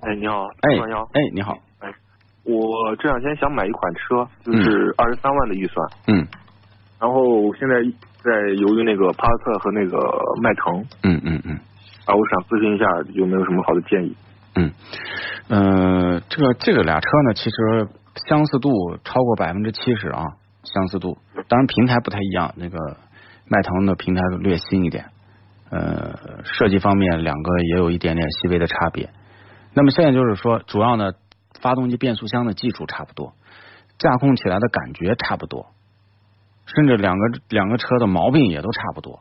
哎，你好，哎幺幺，哎，你好，我这两天想买一款车，就是二十三万的预算，嗯然后现在在犹豫那个帕萨特和那个迈腾，嗯嗯嗯啊，我想咨询一下有没有什么好的建议？嗯，呃，这个这个俩车呢，其实相似度超过百分之七十啊，相似度，当然平台不太一样，那个迈腾的平台略新一点，呃，设计方面两个也有一点点细微的差别。那么现在就是说，主要呢，发动机、变速箱的技术差不多，驾控起来的感觉差不多，甚至两个两个车的毛病也都差不多，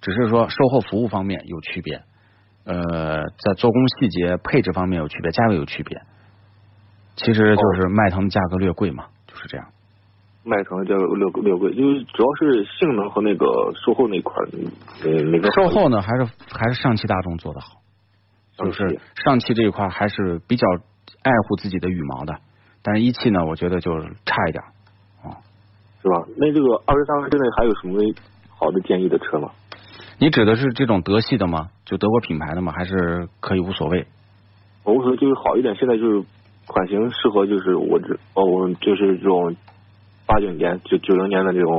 只是说售后服务方面有区别，呃，在做工细节、配置方面有区别，价位有区别。其实就是迈腾价格略贵嘛，就是这样。迈腾这个略略贵，就是主要是性能和那个售后那块儿，呃，哪个好售后呢，还是还是上汽大众做的好，就是上汽这一块还是比较爱护自己的羽毛的，但是一汽呢，我觉得就差一点儿。是吧？那这个二十三万之内还有什么好的建议的车吗？你指的是这种德系的吗？就德国品牌的吗？还是可以无所谓？我可能就是好一点，现在就是款型适合就是我这哦，我就是这种八九年九九零年的这种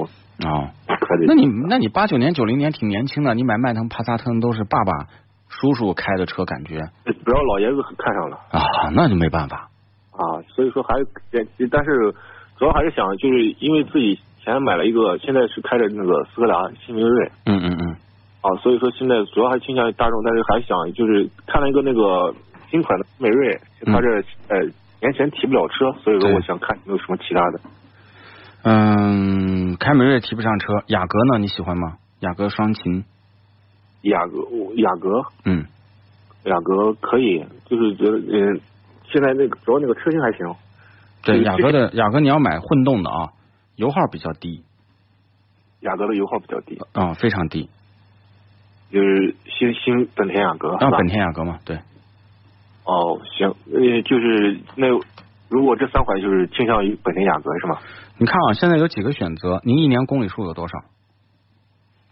哦，开的。那你那你八九年九零年挺年轻的，你买迈腾、帕萨特都是爸爸、叔叔开的车，感觉不要老爷子看上了啊，那就没办法。啊，所以说还是但是主要还是想就是因为自己前买了一个，现在是开着那个斯柯达新明锐嗯嗯嗯，啊，所以说现在主要还倾向于大众，但是还想就是看了一个那个新款的美锐，它这呃年前提不了车，所以说嗯对我想看有没有什么其他的。嗯，凯美瑞提不上车，雅阁呢？你喜欢吗？雅阁双擎，雅阁，我雅阁嗯，雅阁可以，就是觉得嗯，现在那个主要那个车型还行。对，嗯雅阁的雅阁你要买混动的啊，油耗比较低雅阁的油耗比较低，啊、非常低就是新新本田雅阁啊，是吧本？田雅阁嘛，对，哦，行，呃，就是那如果这三款就是倾向于本田雅阁是吗？你看啊，现在有几个选择，您一年公里数有多少？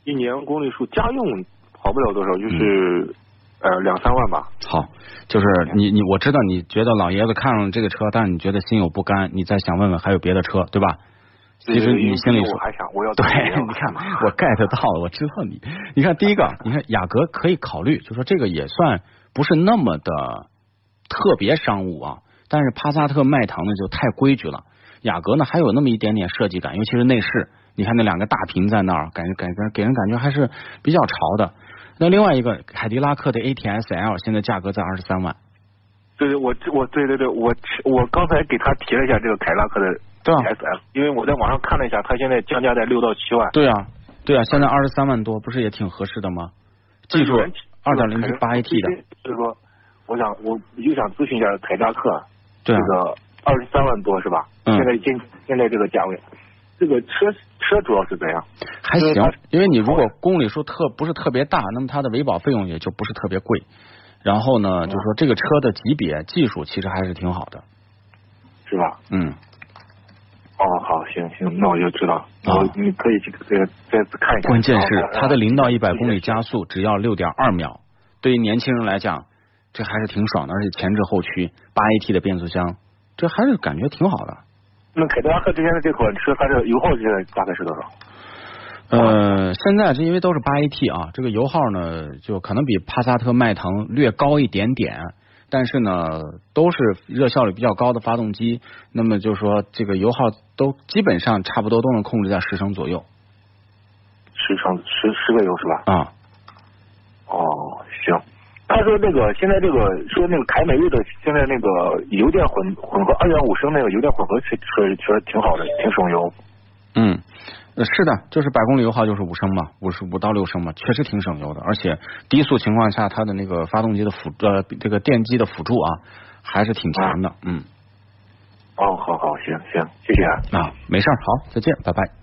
一年公里数家用跑不了多少，就是、呃两三万吧。好，就是你你我知道你觉得老爷子看上了这个车，但是你觉得心有不甘，你再想问问还有别的车，对吧？其实你心里因为说我还想我要 对，要你看我 get 到了，我知道你。你看第一个，你看雅阁可以考虑，就说这个也算不是那么的特别商务啊，但是帕萨特、迈腾呢就太规矩了。雅阁呢还有那么一点点设计感，尤其是内饰，你看那两个大屏在那儿，感觉感觉给人感觉还是比较潮的。那另外一个凯迪拉克的 ATS-L 现在价格在二十三万，对对，我我对对对，我我刚才给他提了一下这个凯迪拉克的对吧？ S L，、因为我在网上看了一下，它现在降价在六到七万。对啊，对啊，现在二十三万多，不是也挺合适的吗？技哎术二点零 T 八 AT 的，的，所以说，我想我就想咨询一下凯迪拉克，对啊这，个二十三万多是吧？嗯现在现现在这个价位，这个车车主要是怎样？还就是它行，因为你如果公里数特不是特别大，那么它的维保费用也就不是特别贵。然后呢，就是说这个车的级别、技术其实还是挺好的。是吧？嗯，哦，好，行行，那我就知道了。啊我你可以去这个再次看一下。关键是它的零到一百公里加加速只要六点二秒，对于年轻人来讲，这还是挺爽的，而且前置后驱八 AT 的变速箱，这还是感觉挺好的。那凯迪拉克之前的这款车，它的油耗现在大概是多少？呃，现在这因为都是八 AT 啊，这个油耗呢就可能比帕萨特、迈腾略高一点点，但是呢都是热效率比较高的发动机，那么就是说这个油耗都基本上差不多都能控制在十升左右十升十十个油是吧？啊。哦，行。他说那个现在这个说那个凯美瑞的现在那个油电混混合二点五升那个油电混合车车车挺好的，挺省油。嗯，呃是的，就是百公里油耗就是五升嘛，五十五到六升嘛，确实挺省油的。而且低速情况下，它的那个发动机的辅呃这个电机的辅助啊，还是挺强的。嗯哦，好好，行行，谢谢啊。啊，没事儿，好，再见，拜拜。